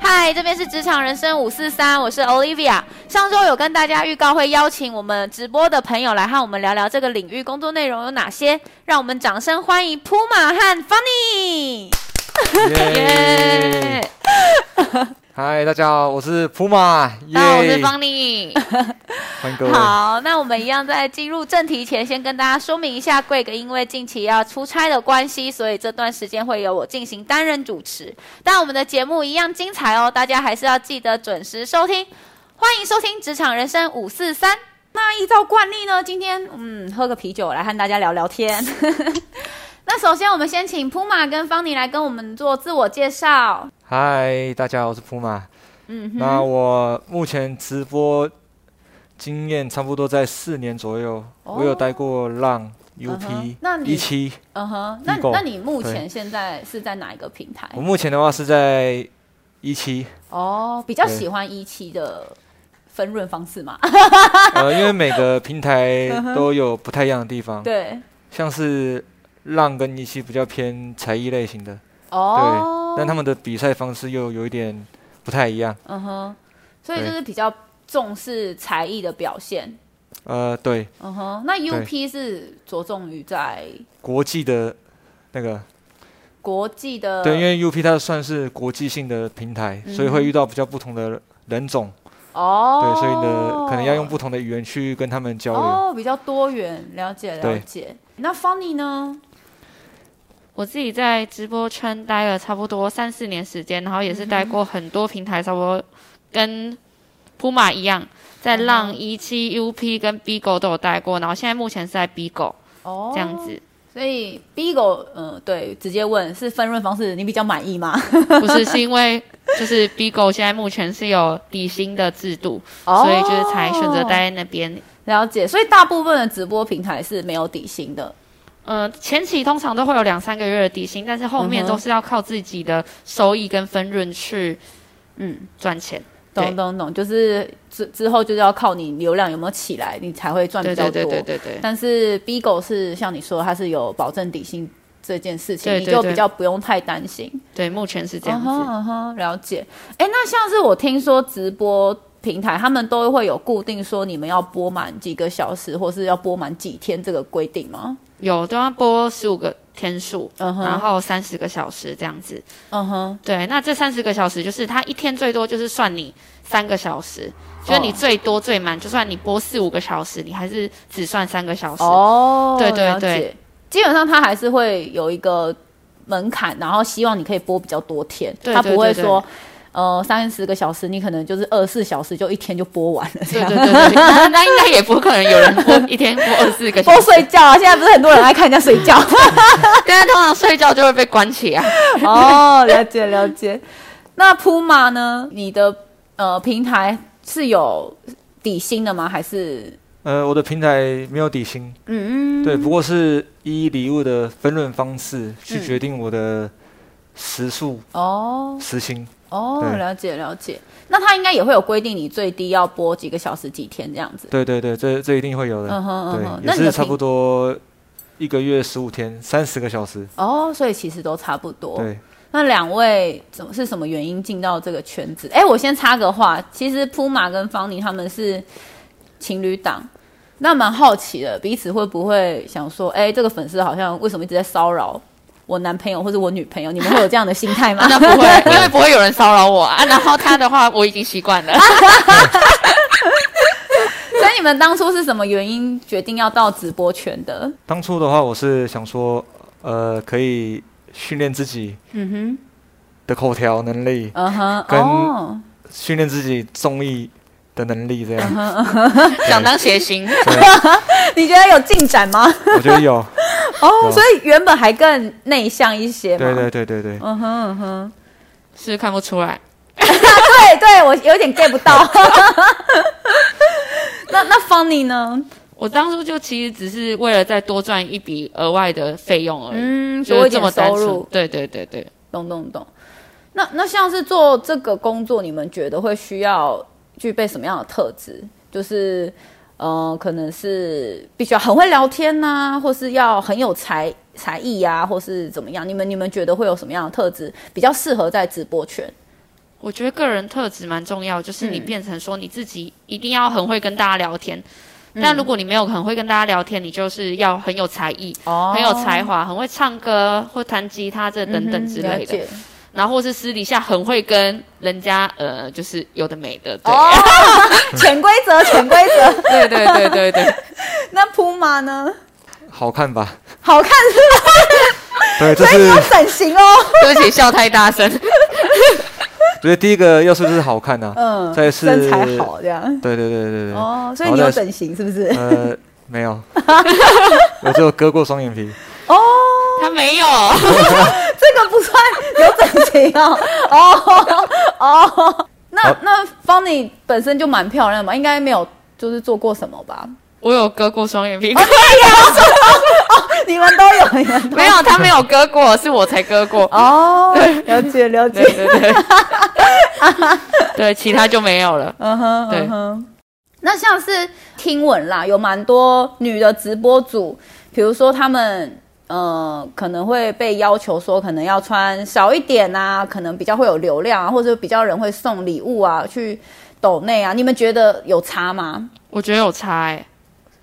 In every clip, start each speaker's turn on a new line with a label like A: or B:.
A: 嗨，这边是职场人生五四三，我是 Olivia。上周有跟大家预告会邀请我们直播的朋友来和我们聊聊这个领域工作内容有哪些，让我们掌声欢迎普马和 Funny。
B: 耶！嗨，大家好，我是普马，耶
C: 大家好，我是邦尼。
B: 欢迎各位。
A: 好，那我们一样在进入正题前，先跟大家说明一下，Greg 因为近期要出差的关系，所以这段时间会由我进行担任主持。但我们的节目一样精彩哦，大家还是要记得准时收听。欢迎收听《职场人生五四三》。那依照惯例呢，今天嗯，喝个啤酒来和大家聊聊天。那首先，我们先请 Puma 跟方妮来跟我们做自我介绍。
B: 嗨，大家好，我是普马。嗯，那我目前直播经验差不多在四年左右，我有待过浪、
A: 嗯哼
B: UP、
A: 那你
B: 一期。
A: 嗯哼，那
B: Eagle，
A: 那你目前
B: 对
A: 现在是在哪一个平台？
B: 我目前的话是在一期，
A: 哦，比较
B: 对
A: 喜欢一期的分润方式嘛？
B: 呃，因为每个平台都有不太一样的地 方，
A: 对，
B: 像是浪跟一期比较偏才艺类型的，
A: 哦，
B: 但他们的比赛方式又有一点不太一样。
A: 嗯哼，所以
B: 对
A: 就是比较重视才艺的表现。
B: 呃，对，
A: 嗯哼，那 UP 是着重于在
B: 国际的那个，
A: 国际的，
B: 对，因为 UP 它算是国际性的平台，所以会遇到比较不同的人种，
A: 嗯哦，
B: 对，所以呢，可能要用不同的语言去跟他们交流。
A: 哦，比较多元，了解了
B: 对
A: 解。那 Funny 呢？
C: 我自己在直播圈待了差不多三四年时间，然后也是待过很多平台，差不多跟普马一样，在浪一期、UP 跟 B 狗都有待过，然后现在目前是在 B 狗
A: 哦，
C: 这样。子，
A: 所以 Bigo，嗯、对，直接问是分润方式，你比较满意吗？
C: 不是是因为就是 B 狗现在目前是有底薪的制度，
A: 哦
C: 所以就是才选择待在那边。
A: 了解，所以大部分的直播平台是没有底薪的。
C: 呃，前期通常都会有两三个月的底薪，但是后面
A: 嗯哼
C: 都是要靠自己的收益跟分润去
A: 嗯，
C: 赚钱。对
A: 懂懂懂，就是之之后就是要靠你流量有没有起来，你才会赚比
C: 对
A: 较
C: 对
A: 多。
C: 对对对对。
A: 但是 Bigo 是像你说，它是有保证底薪这件事情，
C: 对
A: 你
C: 对
A: 就
C: 对
A: 比较不用太担心。
C: 对，目前是这样
A: 嗯
C: 子。
A: 哼嗯哼，了解。哎，那像是我听说直播平台，他们都会有固定说你们要播满几个小时，或是要播满几天这个规定吗？
C: 有都要播十五个天数，
A: 嗯哼
C: 然后三十个小时这样子。
A: 嗯哼，
C: 对，那这三十个小时就是他一天最多就是算你三个小时，就是你最多最满，就算你播四五个小时，你还是只算三个小时。
A: 哦，
C: 对对
A: 了
C: 对
A: 解，基本上它还是会有一个门槛，然后希望你可以播比较多天，
C: 对
A: 它
C: 对
A: 不会
C: 对
A: 说。呃，三十个小时，你可能就是二十四小时就一天就播完 了，这
C: 对
A: 样
C: 对对对，那那应该也不可能有人播一天播二四个小
A: 播
C: 时，
A: 睡觉啊！现在不是很多人爱看人家睡 觉
C: 但是通常睡觉就会被关起啊。
A: 哦，了解了解。那 Puma 呢？你的呃平台是有底薪的吗？还是
B: 呃，我的平台没有底薪，
A: 嗯
B: 对，不过是依礼物的分润方式去决定我的时数、
A: 哦
B: 时薪。
A: 哦，
B: 对
A: 了解了解。那他应该也会有规定，你最低要播几个小时、几天这样子。
B: 对对对，这这一定会有的。
A: 嗯哼嗯哼，
B: 对，
A: 那
B: 也
A: 你的
B: 是差
A: 平
B: 不多一个月十五天，三十个小时。
A: 哦，所以其实都差不多。
B: 对，
A: 那两位怎么是什么原因进到这个圈子？哎，我先插个话，其实铺马跟方妮他们是情侣档，那蛮好奇的，彼此会不会想说，哎，这个粉丝好像为什么一直在骚扰我男朋友或者我女朋友？你们会有这样的心态吗？
C: 啊 那不会，因为不会有人骚扰我啊。然后他的话，我已经习惯了。
A: 啊所以你们当初是什么原因决定要到直播圈的？
B: 当初的话，我是想说，呃，可以训练自己
A: 嗯
B: 的口条能力，
A: 哼，嗯哼，
B: 跟
A: 哦，
B: 训练自己综艺的能力，这样。
A: 嗯
C: 想当谐星，
A: 你觉得有进展吗？
B: 我觉得有，
A: 哦，
B: 有
A: 所以原本还更内向一些嘛。
B: 对对对对对，
A: 嗯哼嗯哼。
C: 是不是看不出来。
A: 对哎对，我有点 get 不到。 那那 Funny 呢？
C: 我当初就其实只是为了再多赚一笔额外的费用而已，
A: 嗯
C: 就是这么单
A: 多一点收
C: 纯
A: 入。
C: 对对对对，
A: 懂懂懂。那那像是做这个工作，你们觉得会需要具备什么样的特质？就是呃，可能是必须要很会聊天呐、或是要很有才才啊艺呀、或是怎么样？你们你们觉得会有什么样的特质比较适合在直播圈？
C: 我觉得个人特质蛮重要，就是你
A: 嗯
C: 变成说你自己一定要很会跟大家聊天。
A: 嗯
C: 但如果你没有很会跟大家聊天，你就是要很有才艺、
A: 哦嗯
C: 很有才华、很会唱歌或弹吉他这等等之类的。
A: 的。
C: 然后或是私底下很会跟人家呃，就是有的没的。对、
A: 哦，潜规则，潜规则。
C: 对对对对对，
A: 那普马呢？
B: 好看吧？
A: 好看是
B: 对，这
A: 不是
B: 是
A: 要整形哦。
C: 对不起，笑太大声。
B: 觉得第一个要素就是好看呐、啊
A: 嗯，
B: 再是
A: 身材好这样。
B: 对对对对对。
A: 哦，所以
B: 然后
A: 你有
B: 再
A: 整形是不是？
B: 呃，没有，我只有割过双眼皮。
A: 哦，
C: 他没有，
A: 这个不算有整形哦。哦哦，那
B: 好
A: 那方你本身就蛮漂亮嘛，应该没有就是做过什么吧？哦
C: 我有割过 双眼皮，
A: 你们都有，你 们
C: 没有，他没有割过，是我才割过。
A: 哦，了解了
C: 对
A: 解。
C: 对对，对， 其他就没有了。
A: 嗯哼，
C: 对
A: 嗯哼。那像是听闻啦，有蛮多女的直播主，比如说她们。呃，可能会被要求说，可能要穿少一点啊，可能比较会有流量啊，或者比较人会送礼物啊，去抖内啊。你们觉得有差吗？
C: 我觉得有差哎、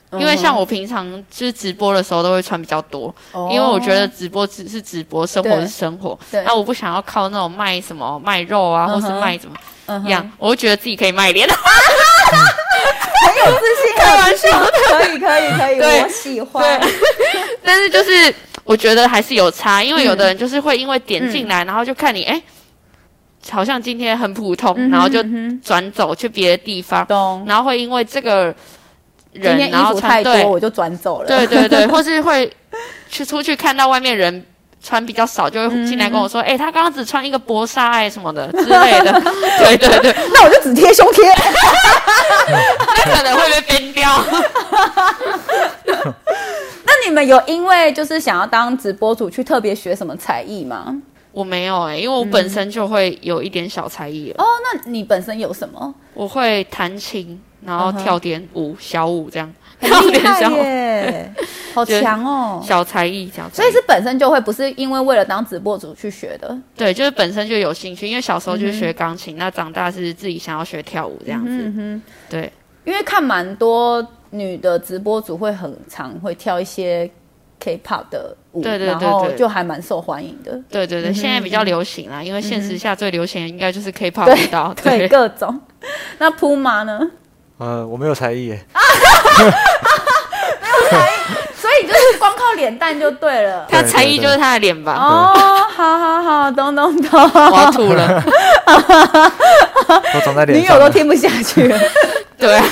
A: 嗯
C: 因为像我平常就是直播的时候都会穿比较多，
A: 嗯哼，
C: 因为我觉得
A: 哦
C: 直播只是直播，生活是生活。
A: 对
C: 那我不想要靠那种卖什么卖肉啊，或
A: 嗯
C: 是
A: 哼
C: 卖怎么
A: 嗯哼
C: 样，我会觉得自己可以卖脸。
A: 很有哦自信，啊
C: 开玩笑
A: 很有自信可以可以可以，
C: 对
A: 我喜欢。
C: 对，但是就是我觉得还是有差，因为有的人就是会因为点
A: 嗯
C: 进来，然后就看你哎、好像今天很普通，
A: 嗯哼
C: 然后就
A: 嗯哼
C: 转走去别的地方，
A: 懂。
C: 然后会因为这个
A: 今
C: 人，
A: 天
C: 然
A: 衣
C: 后
A: 服
C: 穿
A: 太
C: 对
A: 多，我就转走了。
C: 对对 对，或是会去出去看到外面人穿比较少，就
A: 嗯
C: 会进来跟我说：“哎、他刚刚只穿一个薄纱哎、什么的之类的。” 对对对，
A: 那我就只贴胸贴。
C: 那可能会被编掉。
A: 那你们有因为就是想要当直播主去特别学什么才艺吗？
C: 我没有哎、因为我本身就会有一点小才艺了，
A: 哦，那你本身有什么？
C: 我会弹琴，然后
A: 嗯哼
C: 跳点舞、小舞这样，
A: 哦很
C: 跳
A: 厉
C: 点
A: 害
C: 小舞
A: 耶，好
C: 觉得
A: 强哦！
C: 小才艺这样。
A: 所以是本身就会，不是因为为了当直播主去学的。
C: 对，就是本身就有兴趣，因为小时候就是学钢琴，那长大是自己想要学跳舞这样子。
A: 嗯哼，
C: 对，
A: 因为看蛮多女的直播主会很常会跳一些 K-pop 的舞，
C: 对对对对
A: 然后就还蛮受欢迎的。
C: 对对对，现在比较流行啦，因为现实下最流行的应该就是 K-pop
A: 对
C: 舞蹈，
A: 对，各种。 那扑麻呢？
B: 呃，我没有才 艺耶，
A: 所以就是光靠脸蛋就对了。
C: 他才艺就是他的脸吧。
A: 哦，好好好，懂懂懂。
C: 我要 吐了，
B: 都长在脸
A: 女
B: 上
A: 友
B: 了。
A: 都听不下 去了。
C: 对啊，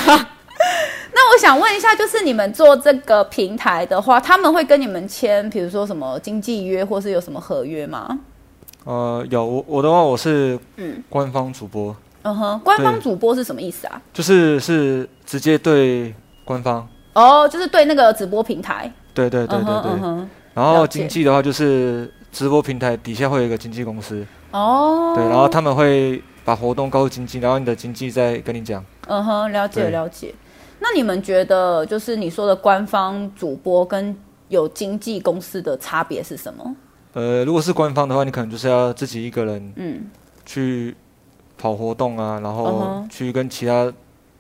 A: 那我想问一下，就是你们做这个平台的话，他们会跟你们签，比如说什么经纪约，或是有什么合约吗？
B: 呃，有我我的话，我是
A: 嗯
B: 官方主播，
A: 嗯哼，官方
B: 对
A: 主播是什么意思啊？
B: 就是是直接对官方，
A: 哦，就是对那个直播平台。
B: 对对对
A: 嗯
B: 对
A: 哼
B: 对。
A: 嗯哼。
B: 然
A: 了
B: 后
A: 解
B: 经纪的话，就是直播平台底下会有一个经纪公司，
A: 哦。
B: 对，然后他们会把活动告诉经纪，然后你的经纪再跟你讲。
A: 嗯哼，了解
B: 对
A: 了解。那你们觉得，就是你说的官方主播跟有经纪公司的差别是什么？
B: 呃，如果是官方的话，你可能就是要自己一个人
A: 嗯，
B: 去跑活动啊，然
A: 嗯
B: 后
A: 哼
B: 去跟其他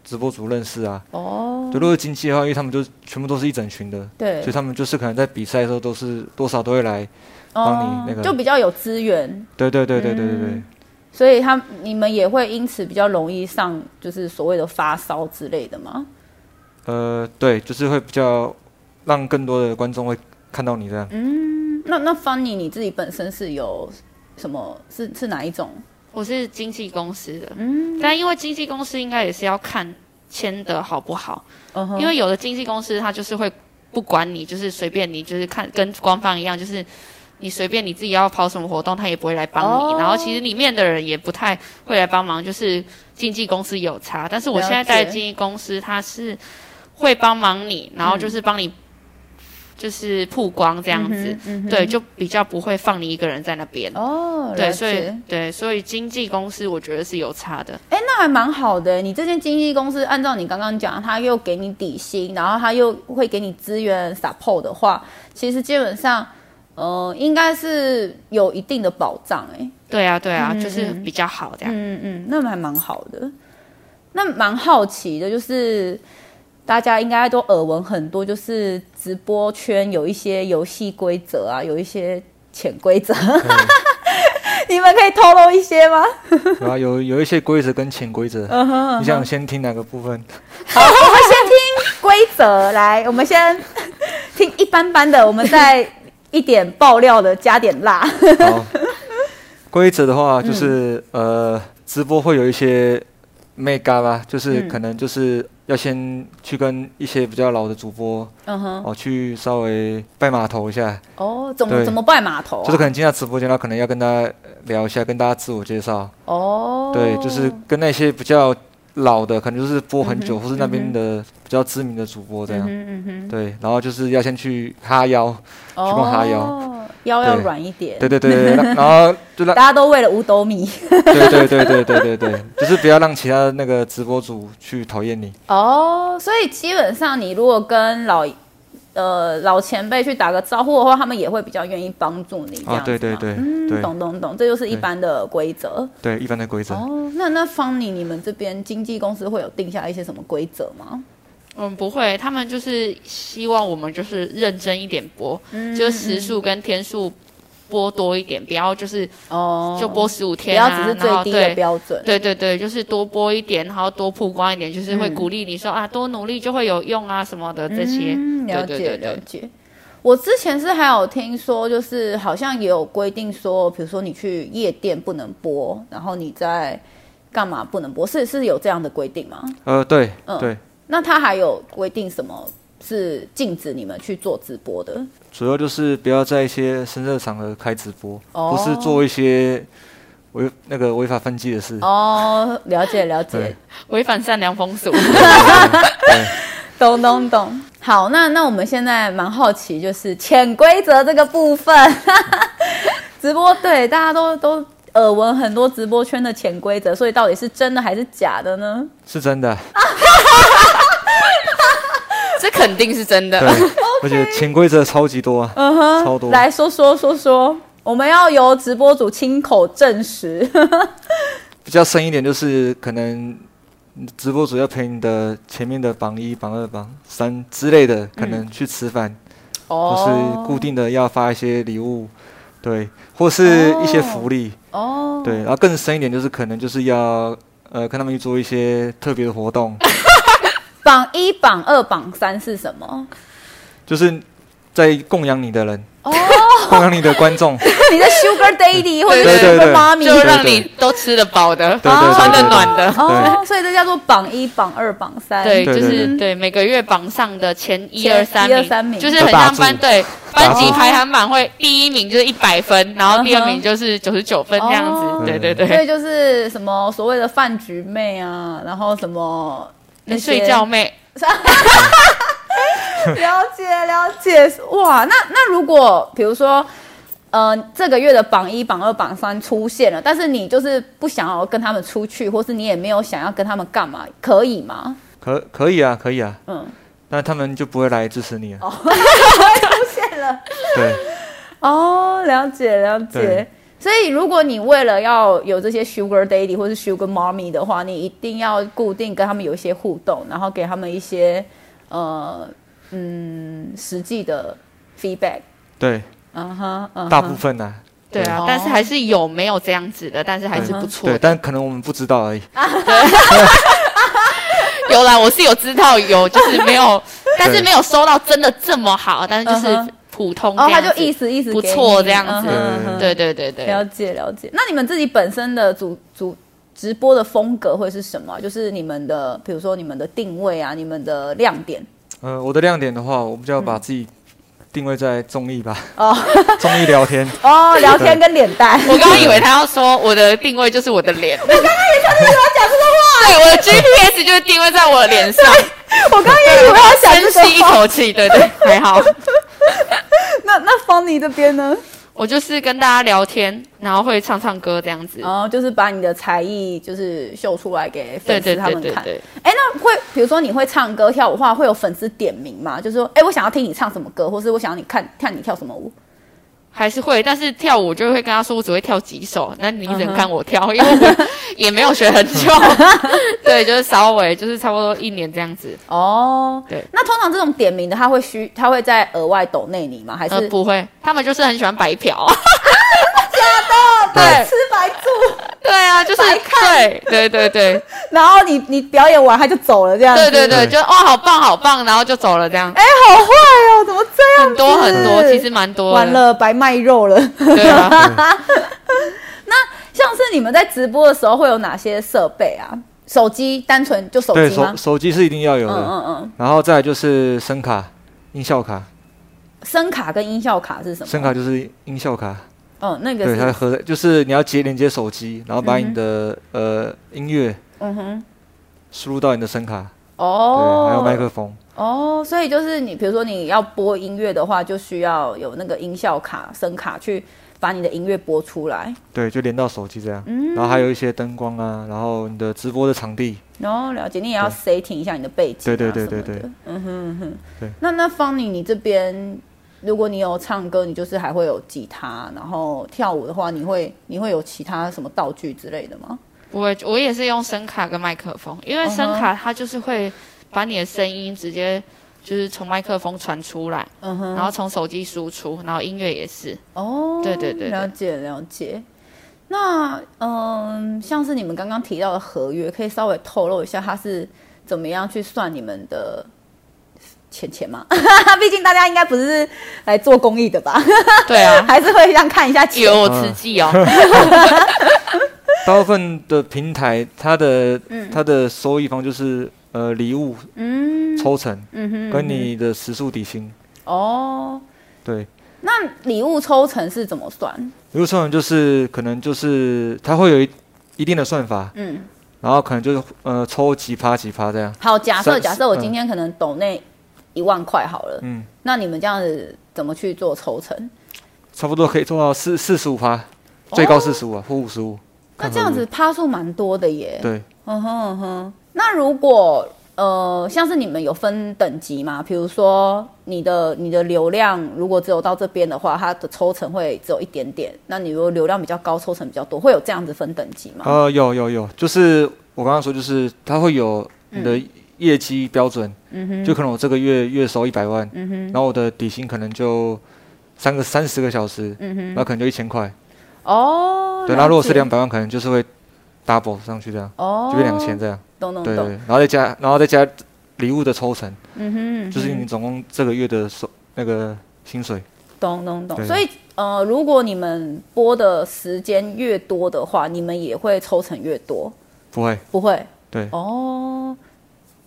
B: 直播主认识啊。
A: 哦，
B: 对，如果是经纪的话，因为他们就全部都是一整群的，
A: 对
B: 所以，他们就是可能在比赛的时候都是多少都会来。
A: 哦
B: 帮，你那个
A: 就比嗯较有资源，
B: 对对对对对对对，
A: 所以他你们也会因此比较容易上，就是所谓的发烧之类的吗？
B: 呃，对，就是会比较让更多的观众会看到你这样。
A: 嗯，那那 Funny 你自己本身是有什么是是哪一种？
C: 我是经纪公司的，但因为经纪公司应该也是要看签的好不好，
A: 嗯哼，
C: 因为有的经纪公司他就是会不管你，就是随便你，就是看跟官方一样，就是。你随便你自己要跑什么活动，他也不会来帮你。
A: 哦
C: 然后其实里面的人也不太会来帮忙，就是经纪公司有差。但是我
A: 了
C: 现在在
A: 解
C: 经纪公司，他是会帮忙你，然后就是帮你、就是曝光这样子。
A: 嗯哼
C: 对，就比较不会放你一个人在那边。
A: 哦，
C: 对，
A: 了
C: 所以
A: 解
C: 对，所以经纪公司我觉得是有差的。
A: 哎、那还蛮好的。你这间经纪公司，按照你刚刚讲，他又给你底薪，然后他又会给你资源 support 的话，其实基本上，呃，应该是有一定的保障、诶，
C: 对啊，对啊，
A: 嗯
C: 就是
A: 嗯
C: 比较好这样。
A: 嗯嗯，那还蛮好的。那蛮好奇的，就是大家应该都耳闻很多，就是直播圈有一些游戏规则啊，有一些潜规则，
B: 嗯
A: 你们可以透露一些吗？
B: 然后啊有有一些规则跟潜 规则，
A: 嗯
B: 你想先听哪个部分？
A: 好，我们先听规则来，我们先听一般般的，我们再一点爆料的，加点辣。
B: 好，规则的话就是、
A: 嗯
B: 呃，直播会有一些 mega 吧，就是
A: 嗯
B: 可能就是要先去跟一些比较老的主播
A: 嗯哼，
B: 哦去稍微拜码头一下，
A: 哦，怎么
B: 对
A: 怎么拜码头、啊？
B: 就是可能进到直播间，他可能要跟大家聊一下，跟大家自我介绍，
A: 哦，
B: 对，就是跟那些比较老的，可能就是播很久，或是那边的比较知名的主播这
A: 嗯
B: 样。
A: 哼嗯哼，
B: 对，然后就是要先去哈腰，
A: 哦，
B: 去帮他摇
A: 腰要
B: 对
A: 软一点。
B: 对对对对，让然后就让
A: 大家都为了五斗米
B: 对对对对对对对，就是不要让其他的那个直播主去讨厌你。
A: 哦，所以基本上你如果跟老呃老前辈去打个招呼的话，他们也会比较愿意帮助你。这
B: 啊
A: 样，子
B: 对对
A: 吗
B: 对
A: 嗯，
B: 对
A: 懂懂懂，这就是一
B: 对
A: 般的规则。
B: 对，一般的规则。
A: 哦，那那方你你们这边经纪公司会有定下一些什么规则吗？
C: 我嗯们不会，他们就是希望我们就是认真一点播，
A: 嗯
C: 就是时数跟天数播多一点，不要就是
A: 哦，
C: 就播十五
A: 不
C: 天
A: 要
C: 啊，
A: 只是
C: 然
A: 最
C: 后
A: 低
C: 对
A: 的标准。
C: 对对对，就是多播一点，然后多曝光一点，就是会
A: 嗯
C: 鼓励你说、啊，多努力就会有用啊什么的这些。
A: 嗯、了
C: 对
A: 解
C: 对对
A: 了
C: 对，
A: 解。我之前是还有听说，就是好像也有规定说，比如说你去夜店不能播，然后你在干嘛不能播，是是有这样的规定吗？
B: 呃，对
A: 嗯
B: 对，
A: 那他还有规定什么是禁止你们去做直播的？
C: 嗯
B: 主要就是不要在一些深色场合开直播，
A: 哦
B: 不是做一些违那个违法犯纪的事。
A: 哦，了解了解
B: 对，
C: 违反善良风俗。
A: 懂懂懂。好，那那我们现在蛮好奇，就是潜规则这个部分， 直播对大家都都耳闻很多直播圈的潜规则，所以到底是真的还是假的呢？
B: 是真的。
C: 这肯定是真
B: 对
C: 的。，
B: 而且潜规则超级多啊，
A: 嗯哼，
B: 超多
A: 来说说说说，我们要由直播主亲口证 实。
B: 比较深一点就是可能直播主要陪你的前面的榜一、榜二、榜三之类的，可能去吃饭，
A: 哦
B: 或是
C: 哦
B: 固定的要发一些礼物，对，或是一些福利，
A: 哦，
B: 对，然后更深一点就是可能就是要呃跟他们去做一些特别的 活动，
A: 榜一、榜二、榜三是什么？
B: 就是在供养你的人，
A: 哦
B: 供养你的观众，对
A: 你的 Sugar Daddy 或者
C: 对对
A: 是 Sugar
B: 对
A: Mommy
C: 就让
B: 对
C: 你都吃得饱的，
B: 对对
C: 穿得
B: 对对
C: 暖 的。
A: 哦，所以这叫做榜一、榜二、榜三。
C: 对，就
B: 对对
C: 是对每个月榜上的前一
A: 前
C: 二三
A: 一二三名
C: 就是很像班对
B: 大
C: 班
B: 柱
C: 级排行榜会第一名就是一百分，然后第二名就是九十九分这样
A: 哦
B: 嗯
C: 子。对对
A: 所
C: 对，
A: 以就是什么所谓的饭局妹啊，然后什么那
C: 能
A: 些
C: 睡觉妹，
A: 了解了解，哇，那那如果比如说，呃，这个月的榜一、榜二、榜三出现了，但是你就是不想要跟他们出去，或是你也没有想要跟他们干嘛，可以吗？
B: 可可以啊，可以啊，
A: 嗯，
B: 但他们就不会来支持你了，啊
A: 哦出现了。
B: 对
A: 哦，了解了解
B: 对。
A: 所以，如果你为了要有这些 sugar daddy 或是 sugar mommy 的话，你一定要固定跟他们有一些互动，然后给他们一些呃嗯实际的 feedback。
B: 对，
A: 嗯哼，嗯哼
B: 大部分呢。
C: 对啊
A: 哦，
C: 但是还是有没有这样子的，但是还是不错
B: 对，。但可能我们不知道而已。
A: 嗯
C: 有啦，我是有知道有，就是没 有，但是没有收到真的这么好，但是就
A: 嗯
C: 是
A: 哼
C: 普通
A: 哦，
C: 这
A: 他
C: 样
A: 就
C: 子。
A: 意思意思
C: 不
A: 给
C: 错
A: 你
C: 这样子
A: 嗯哼
C: 对对对对，
A: 了解了解。那你们自己本身的主主直播的风格会是什么？就是你们的，比如说你们的定位啊，你们的亮点
B: 呃，我的亮点的话，我比较把自己定位在综艺吧，
A: 哦
B: 综艺聊 天。
A: 哦，聊天跟脸 蛋。
C: 我刚刚以为他要说我的定位就是我的脸，我刚刚也差点要讲这个话。对，我的 GPS 就是定位在我的脸上，
A: 我刚刚也以为要讲这
C: 深吸一
A: 个话。
C: 口气，对对，还好。
A: 那那方妮这边呢？
C: 我就是跟大家聊天，然后会唱唱歌这样子。
A: 哦，就是把你的才艺就是秀出来给
C: 对
A: 粉
C: 对
A: 丝他
C: 对
A: 们
C: 对
A: 看。
C: 对，
A: 哎，那会比如说你会唱歌跳舞的话，会有粉丝点名吗？就是说，哎，我想要听你唱什么歌，或是我想要你看看你跳什么舞。
C: 还是会，但是跳舞就会跟他说我只会跳几首，那你怎么看我跳？因 为我也没有学很久，对，就是稍微就是差不多一年这样子。
A: 哦，
C: 对。
A: 那通常这种点名的，他会需他会在额外抖内你吗？还是、
C: 呃，不会，他们就是很喜欢白 嫖。
B: 对
A: 吃白住？
C: 对啊，就是
A: 白
C: 对对对对
A: 然后你你表演完他就走了这样子？
C: 对对对，
B: 对
C: 就哦好棒好棒，然后就走了这样，
A: 哎、好坏哦，怎么这样
C: 很多
A: 子
C: 很多，其实蛮多的。
A: 完，了白卖肉了。
C: 对啊，
A: 像是你们在直播的时候会有哪些设备啊？手机单纯就手
B: 对
A: 机吗
B: 手？手机是一定要有
A: 嗯
B: 的，
A: 嗯嗯，
B: 然后再来就是声卡、音效卡，
A: 声卡跟音效卡是什么？
B: 声卡就是音效卡，
A: 嗯，那嗯个
B: 对，它
A: 是
B: 合在就是你要接连接手机，然后把你的、呃音乐
A: 嗯哼
B: 输入到你的声卡，对，还有麦
A: 哦
B: 克风，
A: 哦，所以就是你比如说你要播音乐的话，就需要有那个音效卡、声卡去把你的音乐播出来。
B: 对，就连到手机这样，
A: 嗯
B: 然后还有一些灯光啊，然后你的直播的场地，
A: 然后哦了解，你也要
B: 对
A: setting 一下你的背景、啊，
B: 对对对对
A: 什
B: 对
A: 么的，嗯哼嗯哼，
B: 对。
A: 那那方你你这边，如果你有唱歌，你就是还会有吉他，然后跳舞的话，你会你会有其他什么道具之类的吗？
C: 我我也是用声卡跟麦克风，
A: 嗯
C: 因为声卡它就是会把你的声音直接就是从麦克风传出来，
A: 嗯哼，
C: 然后从手机输出，然后音乐 也是。
A: 哦，
C: 对对对对
A: 了解了解。那嗯，像是你们刚刚提到的合约，可以稍微透露一下，它是怎么样去算你们的钱钱吗？ 毕竟大家应该不是来做公益的吧，
C: 对啊，
A: 还是会想看一下钱。
C: 有我吃鸡哦，
B: 大部分的平台它的、它的收益方就是呃礼物
A: 嗯
B: 抽成、
A: 嗯哼，
B: 跟你的时速底薪，
A: 哦，
B: 对，
A: 那礼物抽成是怎么算？
B: 礼物抽成就是可能就是它会有一一定的算法，
A: 嗯，
B: 然后可能就是呃抽几趴几趴这样，
A: 好，假设
B: 三
A: 假设我
B: 嗯
A: 今天可能抖内一万块好了，
B: 嗯，
A: 那你们这样子怎么去做抽成？
B: 差不多可以做到四四十五趴，最
A: 哦
B: 高四十五啊，或五十五。
A: 那
B: 看
A: 这样
B: 合
A: 子趴数蛮多的耶。
B: 约，对，
A: 嗯哼嗯哼。那如果呃，像是你们有分等级嘛？比如说你的你的流量如果只有到这边的话，它的抽成会只有一点点。那你如果流量比较高，抽成比较多，会有这样子分等级吗？
B: 呃，有有有，就是我刚刚说，就是它会有你的业绩标准，
A: 嗯哼，
B: 就可能我这个月月收一百万，
A: 嗯哼，
B: 然后我的底薪可能就三个三十个小时，
A: 嗯哼，
B: 那可能就一千块，
A: 哦，
B: 对，那如果是
A: 了解
B: 两百万，可能就是会 double 上去这样，
A: 哦，
B: 就变两千，这样，
A: 懂懂
B: 对对，
A: 懂，
B: 对然后再加然后再加礼物的抽成，
A: 嗯哼，嗯
B: 就是
A: 哼
B: 你总共这个月的收那个薪水。
A: 懂懂懂。
B: 对
A: 所以呃，如果你们播的时间越多的话，你们也会抽成越多，
B: 不会，
A: 不会？
B: 对
A: 哦，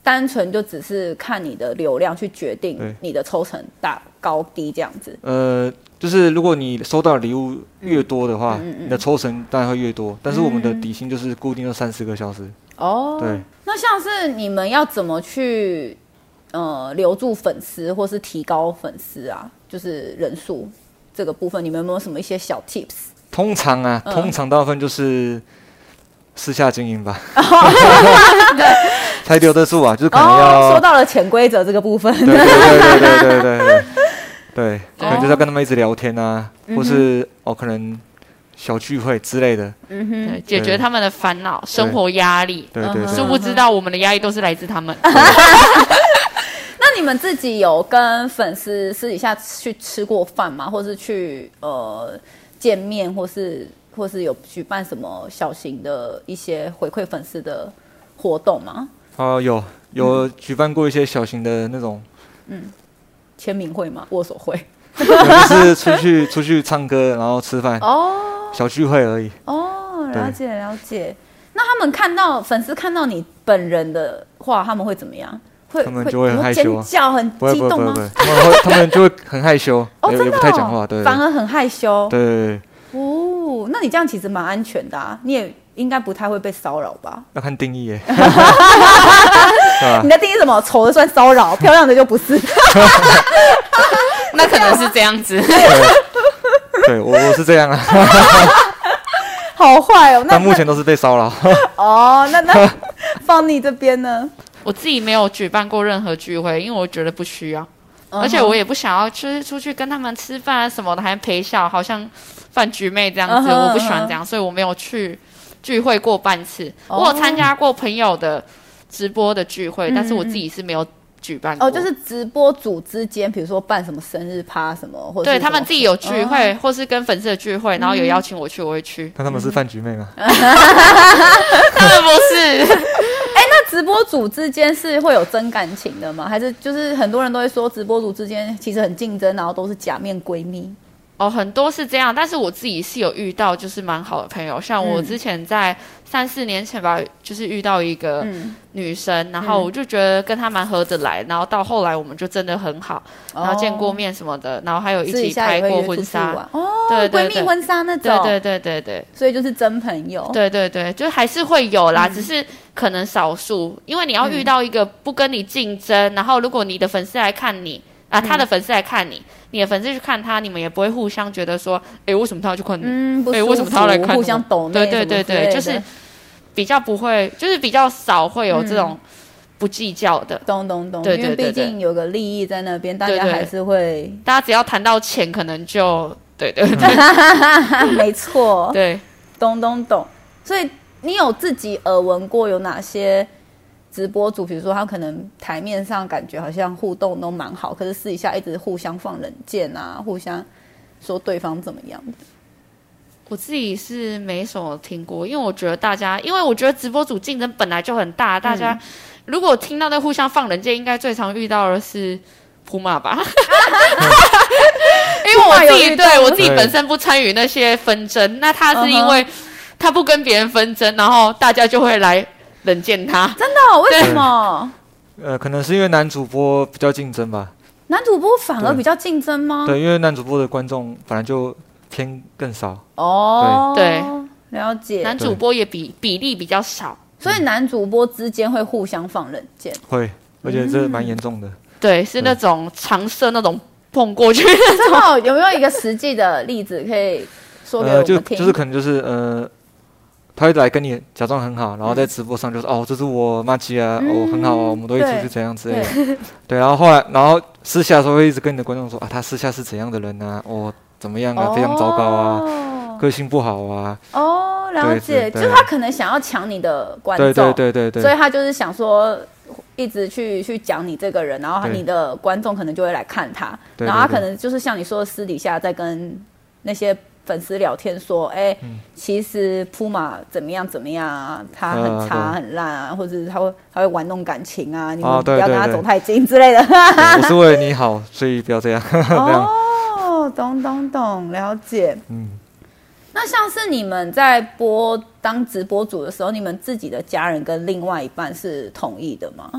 A: 单纯就只是看你的流量去决定
B: 对
A: 你的抽成大高低这样子。
B: 呃，就是如果你收到的礼物越多的
A: 嗯
B: 话，你的抽成当然会越多，但是我们的底薪就是固定的三十个小时。
A: 哦，
B: 对，
A: 那像是你们要怎么去呃留住粉丝，或是提高粉丝啊，就是人数这个部分，你们有没有什么一些小 tips？
B: 通常啊，
A: 嗯
B: 通常大部分就是私下经 营吧，才留得住啊，就是可能
A: 哦，
B: 要
A: 说到了潜规则这个部分，
B: 对对对对对对对对
A: 哦
B: 对，可能就是要跟他们一直聊天啊，
A: 嗯
B: 或是哦可能小聚会之类的，
A: 嗯哼，
C: 对解决他们的烦恼、生活压力。
B: 对对
A: 嗯
C: 殊
B: 对。
C: 不知道我们的压力都是来自他 们。
A: 那你们自己有跟粉丝私底下去吃过饭吗？或是去呃见面，或是或是有举办什么小型的一些回馈粉丝的活动吗？
B: 哦，有有举办过一些小型的那种，
A: 签名会吗？握手会？
B: 就是出去出去唱歌，然后吃饭，
A: 哦
B: 小聚会而已。
A: 哦，
B: 对
A: 了解了解。那他们看到粉丝看到你本人的话，他们会怎么样？会
B: 他们就会很
A: 有
B: 害羞啊
A: 尖叫、很
B: 不会
A: 激
B: 不会
A: 动
B: 不会
A: 吗
B: 不？会，他们会他们就会很害羞，
A: 哦，
B: 也
A: 真
B: 也
A: 的、
B: 不
A: 哦，
B: 太讲话，对对
A: 反而很害羞。
B: 对对对，
A: 哦，那你这样其实蛮安全的啊，你也应该不太会被骚扰吧？
B: 要看定义耶，对吧
A: 你？的定义是什么？丑的算骚扰，漂亮的就不是。
C: 那可能是这样子，
B: 对我我是这样啊，
A: 好坏哦。那
B: 但目前都是被骚扰，
A: 那哦，那
B: 。
A: 那放你这边呢？
C: 我自己没有举办过任何聚会，因为我觉得不需要。
A: 嗯
C: 而且我也不想要就是出去跟他们吃饭啊什么的，还陪笑，好像饭局妹这样子
A: 嗯哼
C: 我不喜
A: 嗯
C: 欢
A: 哼
C: 这样，所以我没有去聚会过半次。
A: 哦
C: 我有参加过朋友的直播的聚
A: 嗯
C: 会，但是我自己是没有举办过。
A: 哦，就是直播组之间，比如说办什么生日趴什么，或者
C: 对
A: 是
C: 他
A: 什么
C: 们自己有聚会，
A: 哦
C: 或是跟粉丝的聚会，然
A: 嗯
C: 后有邀请我去，我会去
B: 那他们是饭局妹吗？
C: 他们不是，
A: 那直播组之间是会有真感情的吗？还是就是很多人都会说直播组之间其实很竞争，然后都是假面闺蜜？
C: 哦，很多是这样，但是我自己是有遇到，就是蛮好的朋友，像我
A: 嗯
C: 之前在三四年前吧，就是遇到一个
A: 嗯
C: 女生，然后我就觉得跟她蛮合得来，然后到后来我们就真的很好，然后见过面什么的，然后还有一
A: 哦私底
C: 起
A: 下
C: 拍
A: 也会
C: 过
A: 约出
C: 婚
A: 去
C: 纱，
A: 玩哦，
C: 对对
A: 闺蜜
C: 对
A: 婚纱那
C: 对
A: 种，
C: 对对对对。
A: 所以就是真朋友。
C: 对对对，就还是会有啦，
A: 嗯
C: 只是可能少数，因为你要遇到一个不跟你竞争，然后如果你的粉丝来看你啊，他
A: 嗯
C: 的粉丝来看你，你的粉丝去看他，你们也不会互相觉得说，哎，为什么他要去看你？
A: 嗯，不
C: 哎
A: 舒
C: 为什么他要来
A: 服
C: 看
A: 互
C: 我
A: 相抖内
C: 对对
A: 什
C: 对
A: 么之类
C: 对，
A: 的
C: 就是比较不会，就是比较少会有
A: 嗯
C: 这种不计较的。
A: 懂懂懂，
C: 对对
A: 因为
C: 对
A: 毕
C: 对
A: 竟有个利益在那边，大
C: 对
A: 家
C: 对
A: 还是 会，
C: 大家只要谈到钱，可能就对对对
A: 没错，
C: 对，
A: 懂懂懂。所以你有自己耳闻过有哪些直播主，比如说他可能台面上感觉好像互动都蛮好，可是私底下一直互相放冷箭啊，互相说对方怎么样的
C: 我自己是没什么听过，因为我觉得大家，因为我觉得直播主竞争本来就很大，大家如果听到那互相放人箭，应该最常遇到的是普马 吧。因为我
A: 普马
C: 自
A: 有遇
C: 己
A: 到吗
C: 对我自己
B: 对
C: 本身不参与那些纷争，那他是因
A: 嗯哼
C: 为他不跟别人纷争，然后大家就会来冷箭他。
A: 真的哦、为什么
B: 呃，可能是因为男主播比较竞争吧。
A: 男主播反而
B: 对
A: 比较竞争吗？
B: 对，因为男主播的观众本来就偏更少，
A: 哦，
C: 对，
A: 了解
C: 男。主播也比比例比较少，
A: 所以男主播之间会互相放冷箭。
B: 会，而且这蛮严重的。
C: 对，是那种常设那种碰过 去。
A: 真的哦有没有一个实际的例子可以说给我
B: 呃，
A: 们
B: 就
A: 听？
B: 就是可能就是呃，他会来跟你假装很好，然
A: 嗯
B: 后在直播上就说、哦，这是我妈吉啊，哦很好哦，我们都一起
A: 对
B: 去怎样之类的。 对，然后后来然后私下的时候会一直跟你的观众说啊，他私下是怎样的人啊，哦怎么样啊，非常糟糕啊，
A: 啊。
B: 个性不好啊，
A: 哦，了
B: 对
A: 解，
B: 对
A: 就
B: 对
A: 是他可能想要抢你的观众，
B: 对对对对
A: 所以
B: 对，
A: 他就是想说一直去去讲你这个人，然后
B: 对
A: 你的观众可能就会来看他，
B: 对
A: 然后他
B: 对对
A: 可能就是像你说的私底下在跟那些。粉丝聊天说：“哎、
B: 嗯
A: 其实铺马怎么样怎么样啊？他很差、
B: 啊对
A: 很烂啊，或者是他会他会玩弄感情啊，你们
B: 哦
A: 不
B: 对
A: 要跟
B: 对
A: 他
B: 对
A: 走太近之类的。
B: 对我是为了你好，所以不要这样 这样。
A: 哦，懂懂懂，了解。
B: 嗯，
A: 那像是你们在播当直播主的时候，你们自己的家人跟另外一半是同意的吗？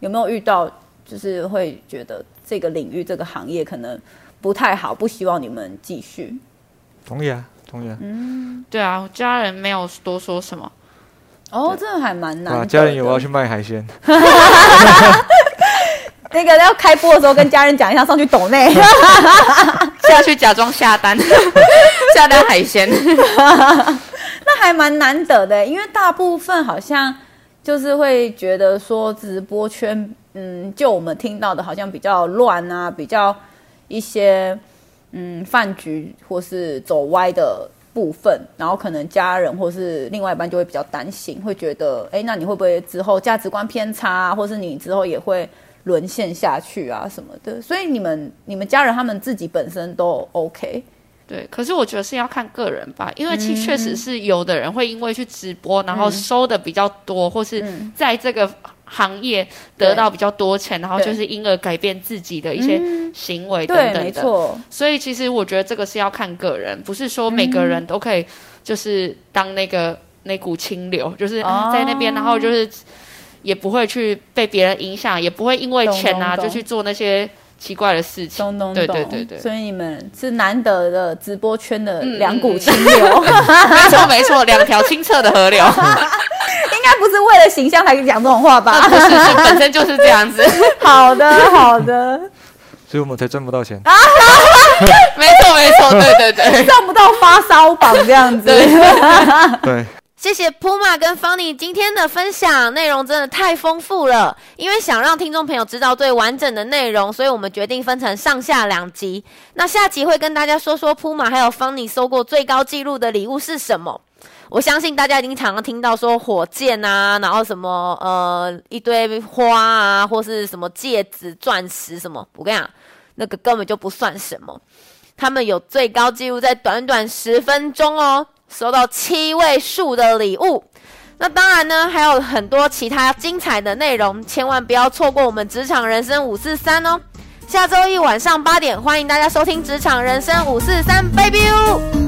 A: 有没有遇到就是会觉得这个领域这个行业可能不太好，不希望你们继续？
B: 同意啊，同意啊。
A: 嗯
C: 对啊，我家人没有多说什么。
A: 哦，这还蛮难
B: 对啊，
A: 的。
B: 家人有我要去卖海鲜，
A: 那个要开播的时候跟家人讲一下，上去抖内。
C: 下去假装下单， 下单海鲜。
A: 那还蛮难得的，欸因为大部分好像就是会觉得说直播圈，嗯，就我们听到的，好像比较乱啊，比较一些嗯饭局或是走歪的部分，然后可能家人或是另外一半就会比较担心，会觉得，哎，那你会不会之后价值观偏差、啊，或是你之后也会沦陷下去啊什么的？所以你们你们家人他们自己本身都 OK，
C: 对，可是我觉得是要看个人吧，因为其确实是有的人会因为去直播，然后收的比较多，或是在这个行业得到比较多钱，然后就是因而改变自己的一些行为等
A: 对，没
C: 等的。
A: 错，
C: 所以其实我觉得这个是要看个人，不是说每个
A: 嗯
C: 人都可以就是当那个那股清流，就是啊在那
A: 哦
C: 边，然后就是也不会去被别人影响，也不会因为
A: 懂
C: 钱啊
A: 懂懂
C: 就去做那些奇怪的事情。
A: 咚咚咚，
C: 对对对对。
A: 所以你们是难得的直播圈的两股清流，
C: 没错没错，两条清澈的河 流，
A: 应该不是为了形象才讲这种话 吧？
C: 不是是本身就是这样 子。
A: 好的，好 的，
B: 所以我们才赚不到钱。
A: 啊
C: 没错没错，对对对。
A: 上不到发烧榜这样子。
B: 对，
D: 谢谢 Puma 跟 Funny 今天的分享，内容真的太丰富了。因为想让听众朋友知道最完整的内容，所以我们决定分成上下两集。那下集会跟大家说说 Puma 还有 Funny 收过最高纪录的礼物是什么。我相信大家已经常常听到说火箭啊，然后什么呃一堆花啊，或是什么戒指、钻石什么。我跟你讲，那个根本就不算什么。他们有最高纪录，在短短十分钟哦，收到七位数的礼物。那当然呢，还有很多其他精彩的内容，千万不要错过我们《职场人生五四三》哦。下周一晚上八点，欢迎大家收听《职场人生五四三》，baby。